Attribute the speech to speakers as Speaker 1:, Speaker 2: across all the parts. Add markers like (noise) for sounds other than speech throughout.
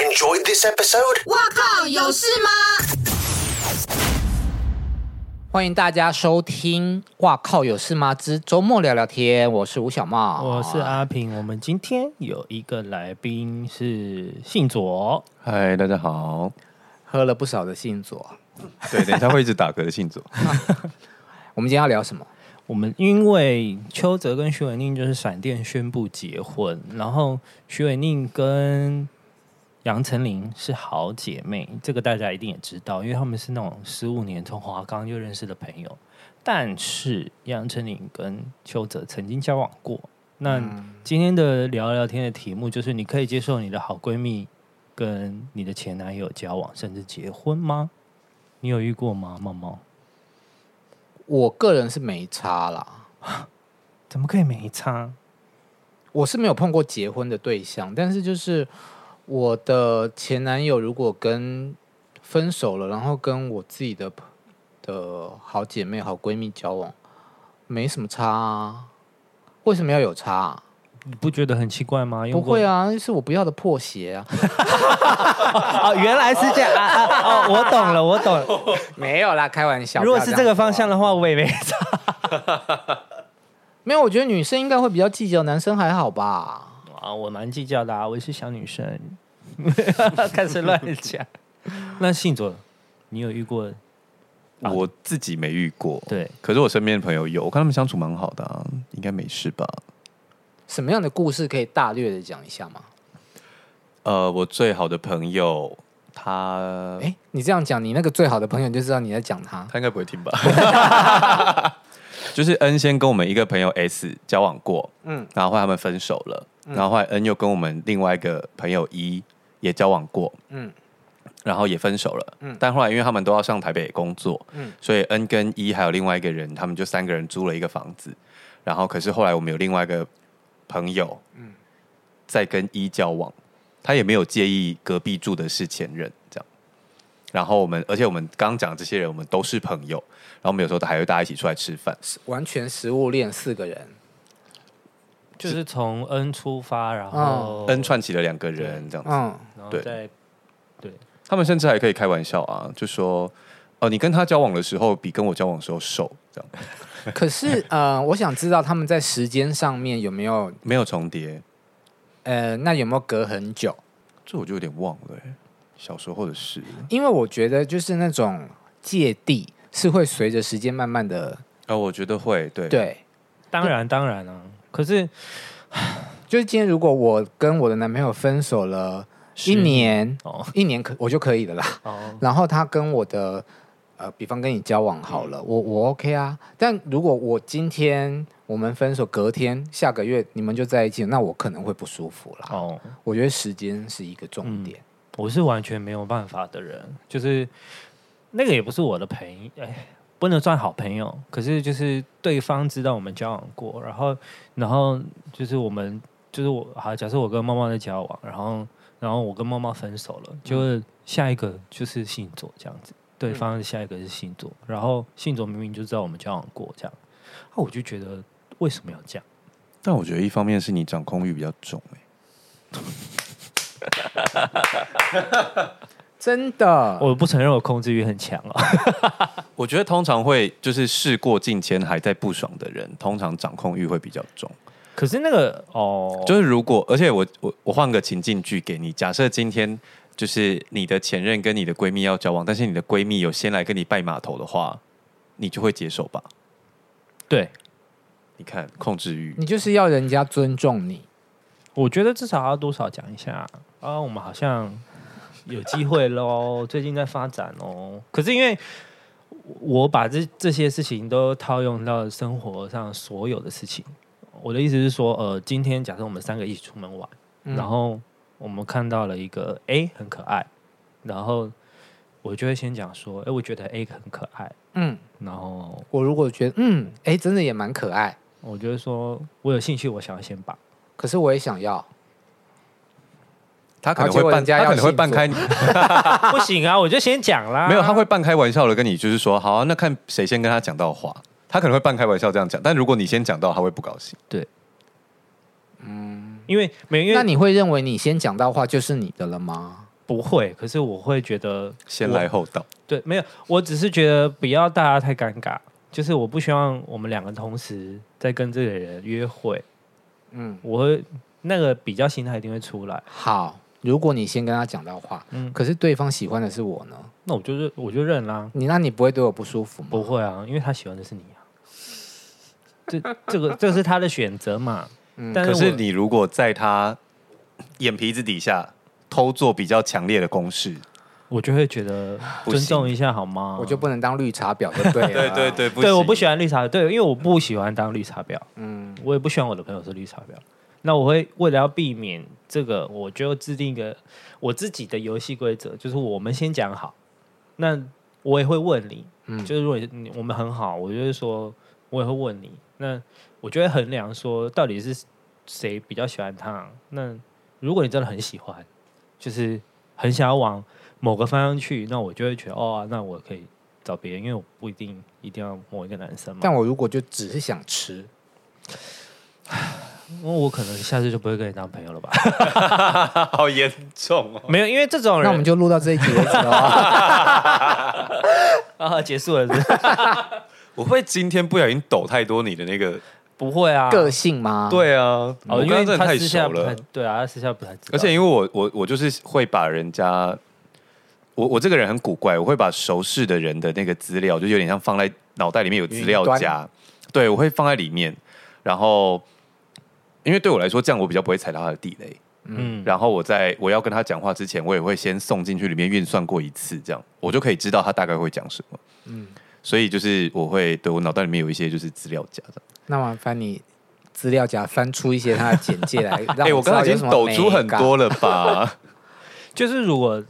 Speaker 1: enjoyed this episode?
Speaker 2: 哇靠，有事吗？
Speaker 3: 欢迎大家收听《哇靠有事吗之周末聊聊天》，我是吴小茂，
Speaker 4: 我是阿平，我们今天有一个来宾是信左，
Speaker 5: 嗨，大家好。
Speaker 3: 喝了不少的信佐。
Speaker 5: (laughs) 对，等一下会一直打嗝的 (laughs) 信左。
Speaker 3: 我们今天要聊什么？
Speaker 4: 我们因为邱泽跟徐伟宁就是闪电宣布结婚，然后徐伟宁跟杨丞琳是好姐妹，这个大家一定也知道，因为他们是那种十五年从华冈就认识的朋友。但是杨丞琳跟邱泽曾经交往过。那今天的聊聊天的题目就是：你可以接受你的好闺蜜跟你的前男友交往，甚至结婚吗？你有遇过吗，猫猫？
Speaker 3: 我个人是没差啦，
Speaker 4: 怎么可以没差？
Speaker 3: 我是没有碰过结婚的对象，但是就是我的前男友如果跟分手了，然后跟我自己的朋的好姐妹、好闺蜜交往，没什么差啊。为什么要有差、啊？
Speaker 4: 你不觉得很奇怪吗？
Speaker 3: 不会
Speaker 4: 啊，
Speaker 3: 啊，是我不要的破鞋啊。
Speaker 4: (laughs) 哦，原来是这样啊啊！ (laughs) 哦，我懂了，我懂了。
Speaker 3: 没有啦，开玩笑。
Speaker 4: 如
Speaker 3: 不
Speaker 4: 果
Speaker 3: 要
Speaker 4: 是
Speaker 3: 样
Speaker 4: 这个
Speaker 3: 说
Speaker 4: 方向的话，我也 (laughs) 没差。
Speaker 3: 没有，我觉得女生应该会比较计较，男生还好吧？
Speaker 4: 啊，我蛮计较的啊，我是小女 (laughs) 生，开始乱讲。 (laughs) 那信卓，你有遇过？啊
Speaker 5: 我自己没遇过，
Speaker 4: 对，
Speaker 5: 可是我身边的朋友有，我看他们相处蛮好的啊，应该没事吧？
Speaker 3: 什么样的故事可以大略的讲一下吗？
Speaker 5: 呃，我最好的朋友，他
Speaker 3: 哎，你这样讲，你那个最好的朋友就知道你在讲他。
Speaker 5: 他应该不会听吧？ (laughs) 就是 N 先跟我们一个朋友 S 交往过，
Speaker 3: 嗯，
Speaker 5: 然后后来他们分手了，然后后来 N 又跟我们另外一个朋友一、也交往过，
Speaker 3: 嗯
Speaker 5: 嗯，然后也分手了，
Speaker 3: 嗯
Speaker 5: 嗯，但后来因为他们都要上台北工作，
Speaker 3: 嗯
Speaker 5: 嗯，所以 N 跟一、还有另外一个人，他们就三个人租了一个房子，然后可是后来我们有另外一个朋友，嗯，在跟一、交往，他也没有介意隔壁住的是前任这样。然后我们，而且我们刚讲这些人，我们都是朋友。然后我们有时候还会大家一起出来吃饭，
Speaker 3: 完全食物链四个人，
Speaker 4: 就是从 N 出发，然后
Speaker 5: 嗯 N，串起了两个人这样子。
Speaker 3: 嗯，
Speaker 4: 然后
Speaker 5: 哦对
Speaker 4: 再对，
Speaker 5: 他们甚至还可以开玩笑啊，就说：“哦，你跟他交往的时候比跟我交往的时候瘦，这样
Speaker 3: 可
Speaker 5: (laughs)
Speaker 3: 是呃，我想知道他们在时间上面有没有
Speaker 5: 没有重叠。
Speaker 3: 呃，那有没有隔很久？”
Speaker 5: 这我就有点忘了、欸，小时候的事。
Speaker 3: 因为我觉得就是那种芥蒂是会随着时间慢慢的，
Speaker 5: 啊，我觉得会，对，
Speaker 3: 对，
Speaker 4: 当然当然啊。可是
Speaker 3: 就是今天如果我跟我的男朋友分手了一年，
Speaker 4: 哦
Speaker 3: 一年可我就可以了啦。
Speaker 4: 哦，
Speaker 3: 然后他跟我的呃，比方跟你交往好
Speaker 4: 嗯
Speaker 3: 了，我我 OK 啊。但如果我今天我们分手，隔天下个月你们就在一起了，那我可能会不舒服啦。
Speaker 4: 哦，嗯
Speaker 3: 我觉得时间是一个重点。
Speaker 4: 我是完全没有办法的人，就是那个也不是我的朋友，哎，不能算好朋友。可是就是对方知道我们交往过，然后然后就是我们就是我好，假设我跟猫猫在交往，然后然后我跟猫猫分手了，就是下一个就是信左这样子，对方下一个是信左，然后信左明明就知道我们交往过这样，那我就觉得为什么要这样？
Speaker 5: 但我觉得一方面是你掌控欲比较重、欸，
Speaker 3: 真的，
Speaker 4: 我不承认我控制欲很强啊。 (laughs)
Speaker 5: 我觉得通常会就是事过境迁还在不爽的人，通常掌控欲会比较重。
Speaker 4: 可是那个哦，
Speaker 5: 就是如果，而且我我我换个情境剧给你，假设今天就是你的前任跟你的闺蜜要交往，但是你的闺蜜有先来跟你拜码头的话，你就会接受吧？
Speaker 4: 对。
Speaker 5: 你看控制欲，
Speaker 3: 你就是要人家尊重你。
Speaker 4: 我觉得至少要多少讲一下啊，我们好像有机会喽，最近在发展哦。可是因为我把这这些事情都套用到生活上所有的事情，我的意思是说，呃，今天假设我们三个一起出门玩，
Speaker 3: 嗯
Speaker 4: 然后我们看到了一个 A 很可爱，然后我就会先讲说，哎，我觉得 A 很可爱，
Speaker 3: 嗯，
Speaker 4: 然后
Speaker 3: 我如果觉得嗯，哎，真的也蛮可爱，
Speaker 4: 我就会说我有兴趣，我想要先把。 (laughs)
Speaker 3: 可是我也想要。
Speaker 5: 他可能
Speaker 3: 啊结
Speaker 5: 会
Speaker 3: 果
Speaker 5: 半，
Speaker 3: 人家要
Speaker 5: 他可能会半开，
Speaker 4: 不行啊，我就先讲啦。
Speaker 5: 没有，他会半开玩笑的跟你就是说，好、啊，那看谁先跟他讲到话。他可能会半开玩笑这样讲，但如果你先讲到，他会不高兴。
Speaker 4: 因为没有因为
Speaker 3: 那你会认为你先讲到话就是你的了吗？
Speaker 4: 不会，可是我会觉得
Speaker 5: 先
Speaker 4: 我
Speaker 5: 来后到，
Speaker 4: 对，没有，我只是觉得不要大家太尴尬，就是我不希望我们两个同时在跟这个人约会，
Speaker 3: 嗯，
Speaker 4: 我会那个比较心态一定会出来。
Speaker 3: 好，如果你先跟他讲到话，
Speaker 4: 嗯
Speaker 3: 可是对方喜欢的是我呢，
Speaker 4: 那我就是我就认啦，
Speaker 3: 你那你不会对我不舒服吗？
Speaker 4: 不会啊，因为他喜欢的是你啊。这这个这是他的选择嘛？
Speaker 3: 嗯
Speaker 4: 但
Speaker 5: 可
Speaker 4: 是
Speaker 5: 是
Speaker 4: 我
Speaker 5: 你如果在他眼皮子底下偷做比较强烈的攻势，
Speaker 4: 我就会觉得
Speaker 5: 不
Speaker 4: 尊
Speaker 5: 行
Speaker 4: 重一下好吗？
Speaker 3: 我就不能当绿茶婊就对了。
Speaker 5: 啊 (laughs) 对对，对，不
Speaker 4: 对，我不喜
Speaker 5: 行。
Speaker 4: 欢绿茶，对，因为我不喜欢当绿茶婊，
Speaker 3: 嗯，
Speaker 4: 我也不喜欢我的朋友是绿茶婊。那我会为了要避免这个，我就制定一个我自己的游戏规则，就是我们先讲好。那我也会问你，
Speaker 3: 嗯
Speaker 4: 就是如果你我们很好，我就会说，我也会问你。那我就会衡量说，到底是谁比较喜欢他。那如果你真的很喜欢，就是很想要往某个方向去，那我就会觉得哦、那我可以找别人，因为我不一定一定要某一个男生嘛。
Speaker 3: 但我如果就只是想吃，
Speaker 4: 因为我可能下次就不会跟你当朋友
Speaker 3: (laughs)
Speaker 4: 了吧？
Speaker 5: 好严重哦！
Speaker 4: 没有，因为这种人
Speaker 3: 那我们就录到这一集为止
Speaker 5: (laughs)
Speaker 3: 了。
Speaker 4: (laughs) 啊结束了是不是， (laughs)
Speaker 5: 我会今天不小心抖太多你的那个，
Speaker 4: 不会啊，
Speaker 3: 个性吗？，
Speaker 5: 对啊，
Speaker 4: 哦，
Speaker 5: 我
Speaker 4: 因
Speaker 5: 刚
Speaker 4: 为
Speaker 5: 刚真的
Speaker 4: 他
Speaker 5: 太
Speaker 4: 私下
Speaker 5: 熟
Speaker 4: 不太
Speaker 5: 了，
Speaker 4: 对啊，他私下不太知道，
Speaker 5: 而且因为我我我就是会把人家，我我这个人很古怪，我会把熟识的人的那个资料，就有点像放在脑袋里面有资料
Speaker 3: 云
Speaker 5: 夹，对我会放在里面，然后因为对我来说，这样我比较不会踩到他的地雷。
Speaker 4: 嗯，
Speaker 5: 然后我在我要跟他讲话之前，我也会先送进去里面运算过一次，这样我就可以知道他大概会讲什么。
Speaker 3: 嗯，
Speaker 5: 所以就是我会对我脑袋里面有一些就是资料夹的。
Speaker 3: 那麻烦你资料夹翻出一些他的简介
Speaker 5: (laughs)
Speaker 3: 来，让
Speaker 5: 哎、我
Speaker 3: 知
Speaker 5: 刚
Speaker 3: 道有
Speaker 5: 刚已经
Speaker 3: 什么
Speaker 5: 抖出很
Speaker 3: mega (laughs)
Speaker 5: 多了吧？
Speaker 4: 就是如果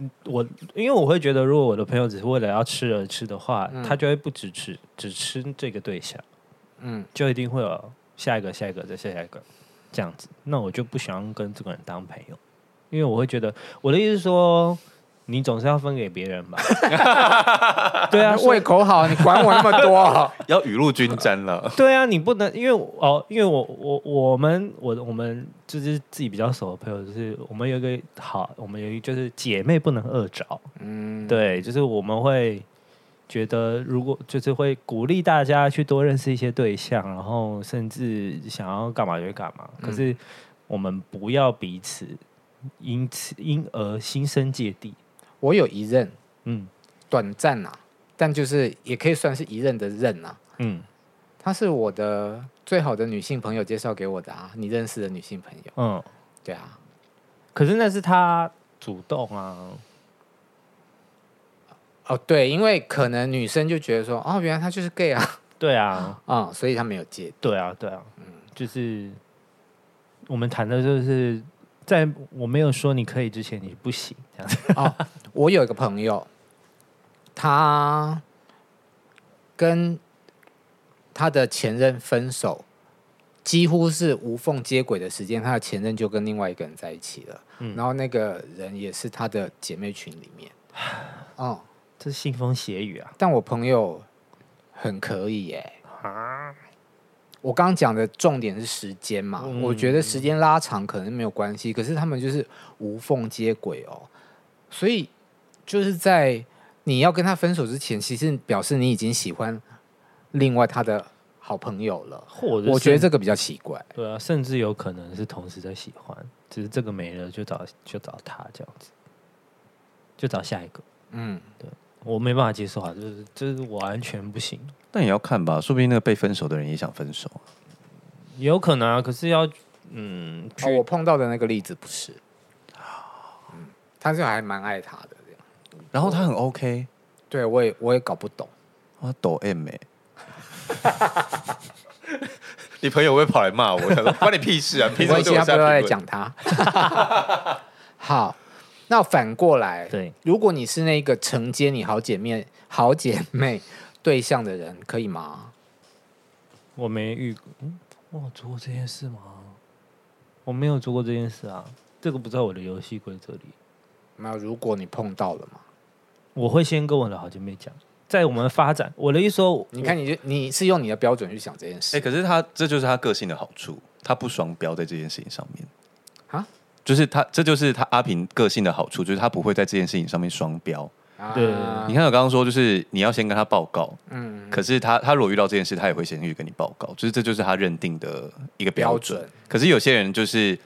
Speaker 4: 嗯我因为我会觉得，如果我的朋友只是为了要吃而吃的话，
Speaker 3: 嗯
Speaker 4: 他就会不只吃只吃这个对象，
Speaker 3: 嗯，
Speaker 4: 就一定会有下一个、下一个再下一个这样子。那我就不喜欢跟这个人当朋友，因为我会觉得我的意思是说，你总是要分给别人吧？
Speaker 3: (laughs)
Speaker 4: 对啊，所以
Speaker 3: 胃口好，你管我那么
Speaker 5: (laughs)
Speaker 3: 多？
Speaker 5: 要雨露均沾了。
Speaker 4: 对啊，你不能因为我哦，因为我我我们我我们就是自己比较熟的朋友，就是我们有一个好，我们有一个就是姐妹不能恶找，
Speaker 3: 嗯，
Speaker 4: 对，就是我们会觉得如果就是会鼓励大家去多认识一些对象，然后甚至想要干嘛就干嘛，
Speaker 3: 嗯
Speaker 4: 可是我们不要彼此因此因而心生芥蒂，
Speaker 3: 我有一任
Speaker 4: 嗯
Speaker 3: 短暂啊，但就是也可以算是一任的任啊。
Speaker 4: 嗯
Speaker 3: 她是我的最好的女性朋友介绍给我的啊，你认识的女性朋友，
Speaker 4: 嗯，
Speaker 3: 对啊，
Speaker 4: 可是那是他主动啊，
Speaker 3: 哦对，因为可能女生就觉得说，哦，原来他就是 gay 啊， (laughs)
Speaker 4: 对啊。
Speaker 3: 啊、嗯所以他没有戒，
Speaker 4: 对啊，对啊，就是我们谈的就是在我没有说你可以之前，你不行这样子。 (laughs)
Speaker 3: 我有一个朋友，他跟他的前任分手，几乎是无缝接轨的时间，他的前任就跟另外一个人在一起了，
Speaker 4: 嗯
Speaker 3: 然后那个人也是他的姐妹群里面，哦、
Speaker 4: 这是腥风血雨啊！
Speaker 3: 但我朋友很可以耶、
Speaker 4: 啊，
Speaker 3: 我刚刚讲的重点是时间嘛，
Speaker 4: 嗯
Speaker 3: 我觉得时间拉长可能没有关系，可是他们就是无缝接轨哦，所以就是在你要跟他分手之前，其实表示你已经喜欢另外他的好朋友了。
Speaker 4: 或者是
Speaker 3: 我觉得这个比较奇怪，
Speaker 4: 对啊，甚至有可能是同时在喜欢，只是这个没了就找就找他这样子，就找下一个。
Speaker 3: 嗯，
Speaker 4: 我没办法接受啊，就是就是我完全不行，
Speaker 5: 但也要看吧，说不定那个被分手的人也想分手。
Speaker 4: 有可能啊，可是要嗯，
Speaker 3: 哦，我碰到的那个例子不是，嗯，他是还蛮爱他的这样，
Speaker 5: 然后他很 OK，
Speaker 3: 对我也我也搞不懂，
Speaker 5: 他抖 M 哎、 (laughs) 你朋友会跑来骂我，我想说关你屁事啊！ (laughs)
Speaker 3: 没
Speaker 5: 凭什么
Speaker 3: 关系，
Speaker 5: 对我
Speaker 3: 他不
Speaker 5: 下
Speaker 3: 要再
Speaker 5: 评论？
Speaker 3: 讲他。 (laughs) 好，那反过来，
Speaker 4: 对，
Speaker 3: 如果你是那个承接你好姐妹、好姐妹对象的人，可以吗？
Speaker 4: 我没遇，嗯，我有做过这件事吗？我没有做过这件事啊，这个不在我的游戏规则里。
Speaker 3: 那如果你碰到了嘛，
Speaker 4: 我会先跟我的好姐妹讲，在我们发展，我的意思说，
Speaker 3: 你看，你就你是用你的标准去想这件
Speaker 5: 哎、
Speaker 3: 事
Speaker 5: 可是他这就是他个性的好处，他不双标在这件事情上面
Speaker 3: 啊。
Speaker 5: 就是他，这就是他阿平个性的好处，就是他不会在这件事情上面双标。
Speaker 4: 哎对
Speaker 3: 啊
Speaker 5: 你看我刚刚说，就是你要先跟他报告，
Speaker 3: 嗯，
Speaker 5: 可是他他如果遇到这件事，他也会先去跟你报告，就是这就是他认定的一个标准。
Speaker 3: 标准
Speaker 5: 可是有些人就是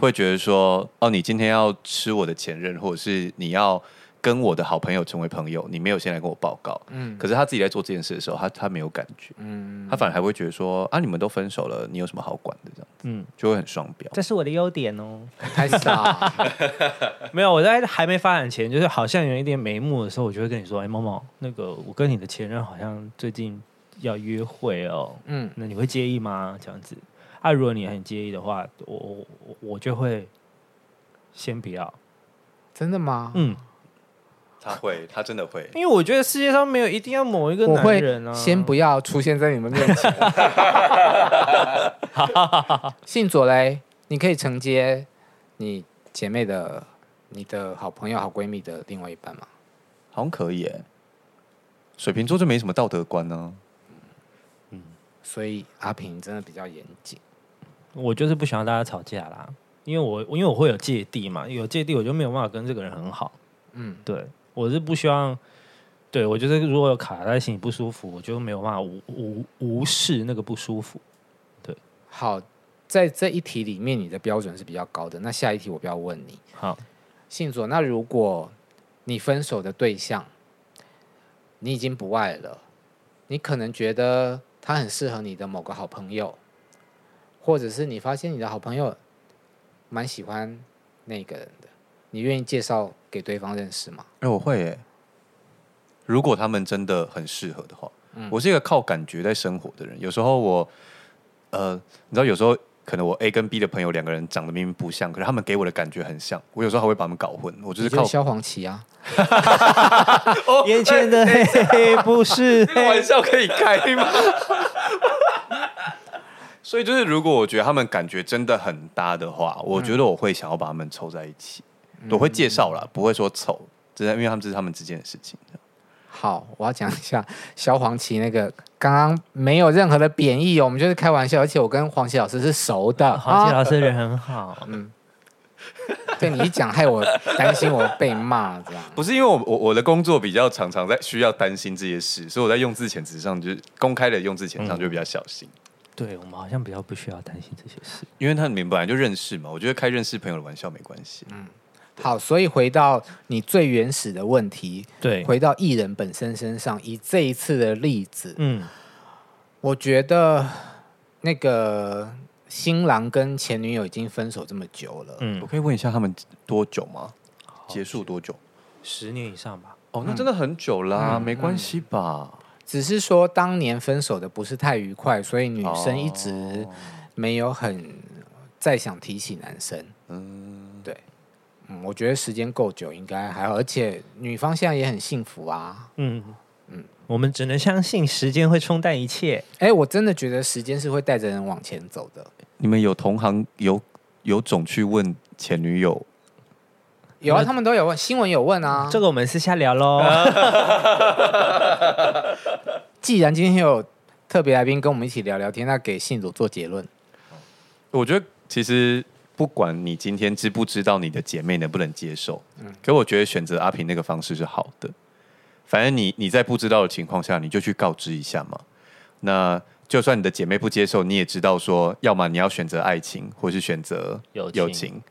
Speaker 5: 会觉得说，哦，你今天要吃我的前任，或者是你要跟我的好朋友成为朋友，你没有先来跟我报告。
Speaker 3: 嗯
Speaker 5: 可是他自己在做这件事的时候，他他没有感觉，
Speaker 3: 嗯，
Speaker 5: 他反而还会觉得说，啊，你们都分手了，你有什么好管的？这样
Speaker 4: 嗯，
Speaker 5: 就会很双标。
Speaker 4: 这是我的优点哦。
Speaker 3: 太傻，
Speaker 4: (laughs) 没有，我在还没发展前，就是好像有一点眉目的时候，我就会跟你说：“哎，某某，那个我跟你的前任好像最近要约会哦，
Speaker 3: 嗯，
Speaker 4: 那你会介意吗？”这样子啊，如果你很介意的话，我我我我就会先不要。
Speaker 3: 真的吗？
Speaker 4: 嗯，
Speaker 5: 他会，他真的会。
Speaker 4: 因为我觉得世界上没有一定要某一个
Speaker 3: 我
Speaker 4: 男
Speaker 3: 会
Speaker 4: 人啊。
Speaker 3: 先不要出现在你们面
Speaker 4: (laughs)
Speaker 3: 前。信左雷，你可以承接你姐妹的、你的好朋友、好闺蜜的另外一半吗？
Speaker 5: 好像可以耶。水瓶座就没什么道德观啊呢、
Speaker 3: 所以阿平真的比较严谨。
Speaker 4: 我就是不想要大家吵架啦，因为我因为我会有芥蒂嘛，有芥蒂我就没有办法跟这个人很好。
Speaker 3: 嗯，
Speaker 4: 对，我是不希望，对我就是如果有卡在心里不舒服，我就没有办法无无无视那个不舒服。
Speaker 3: 好，在这一题里面，你的标准是比较高的。那下一题我不要问你，
Speaker 4: 好，
Speaker 3: 信左。那如果你分手的对象，你已经不爱了，你可能觉得他很适合你的某个好朋友，或者是你发现你的好朋友蛮喜欢那个人的，你愿意介绍给对方认识吗？
Speaker 5: 哎、我会耶。如果他们真的很适合的话，我是一个靠感觉在生活的人。有时候我，呃，你知道，有时候可能我 A 跟 B 的朋友两个人长得明明不像，可是他们给我的感觉很像。我有时候还会把他们搞混。我就是
Speaker 3: 你
Speaker 5: 靠
Speaker 3: 就消黄旗啊，
Speaker 4: 眼前的黑黑不 (laughs) 是
Speaker 5: 这个玩笑可以开吗？ (laughs) 所以就是，如果我觉得他们感觉真的很搭的话，我觉得我会想要把他们凑在一起，我会介绍啦，不会说凑，只是因为他们这是他们之间的事情。
Speaker 3: 好，我要讲一下萧煌奇那个，刚刚没有任何的贬义哦，我们就是开玩笑，而且我跟黄奇老师是熟的。
Speaker 4: 黄奇
Speaker 3: 啊
Speaker 4: 老师人很好，
Speaker 3: 对啊你一讲，害我担心我被骂这样。
Speaker 5: 不是因为我我我的工作比较常常在需要担心这些事，所以我在用字遣词上就是公开的用字遣上就比较小心，
Speaker 4: 对我们好像比较不需要担心这些事。
Speaker 5: 因为他们本来就认识嘛，我觉得开认识朋友的玩笑没关系。
Speaker 3: 好，所以回到你最原始的问题，
Speaker 4: 对，
Speaker 3: 回到艺人本身身上，以这一次的例子，
Speaker 4: 嗯，
Speaker 3: 我觉得那个新郎跟前女友已经分手这么久了，
Speaker 4: 嗯
Speaker 5: 我可以问一下他们多久吗？结束多久？嗯
Speaker 4: 十年以上吧。
Speaker 5: 哦，那真的很久啦，没关系吧？
Speaker 3: 只是说当年分手的不是太愉快，所以女
Speaker 4: 哦
Speaker 3: 生一直没有很再想提起男生。嗯，对，嗯，我觉得时间够久应该还好，而且女方现在也很幸福啊。
Speaker 4: 嗯嗯，我们只能相信时间会冲淡一切。
Speaker 3: 哎，我真的觉得时间是会带着人往前走的。
Speaker 5: 你们有同行有有种去问前女友，
Speaker 3: 有啊，他们都有问，新闻有问啊。
Speaker 4: 这个我们私下聊喽。
Speaker 3: 既然今天有特别来宾跟我们一起聊聊天，那给信主做结论。
Speaker 5: 我觉得其实不管你今天知不知道你的姐妹能不能接受，
Speaker 4: 嗯
Speaker 5: 可我觉得选择阿平那个方式是好的。反正你你在不知道的情况下，你就去告知一下嘛。那就算你的姐妹不接受，你也知道说，要么你要选择爱情，或是选择
Speaker 4: 友情。
Speaker 5: 友情。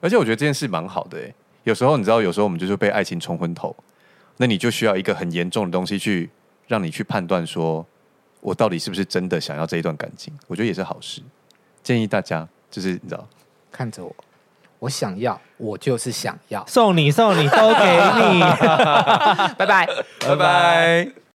Speaker 5: 而且我觉得这件事蛮好的、欸，有时候你知道，有时候我们就是被爱情冲昏头，那你就需要一个很严重的东西去让你去判断，说我到底是不是真的想要这一段感情？我觉得也是好事。建议大家就是你知道，
Speaker 3: 看着我，我想要，我就是想要
Speaker 4: 送你送你都给你。
Speaker 3: 拜拜。
Speaker 5: 拜拜。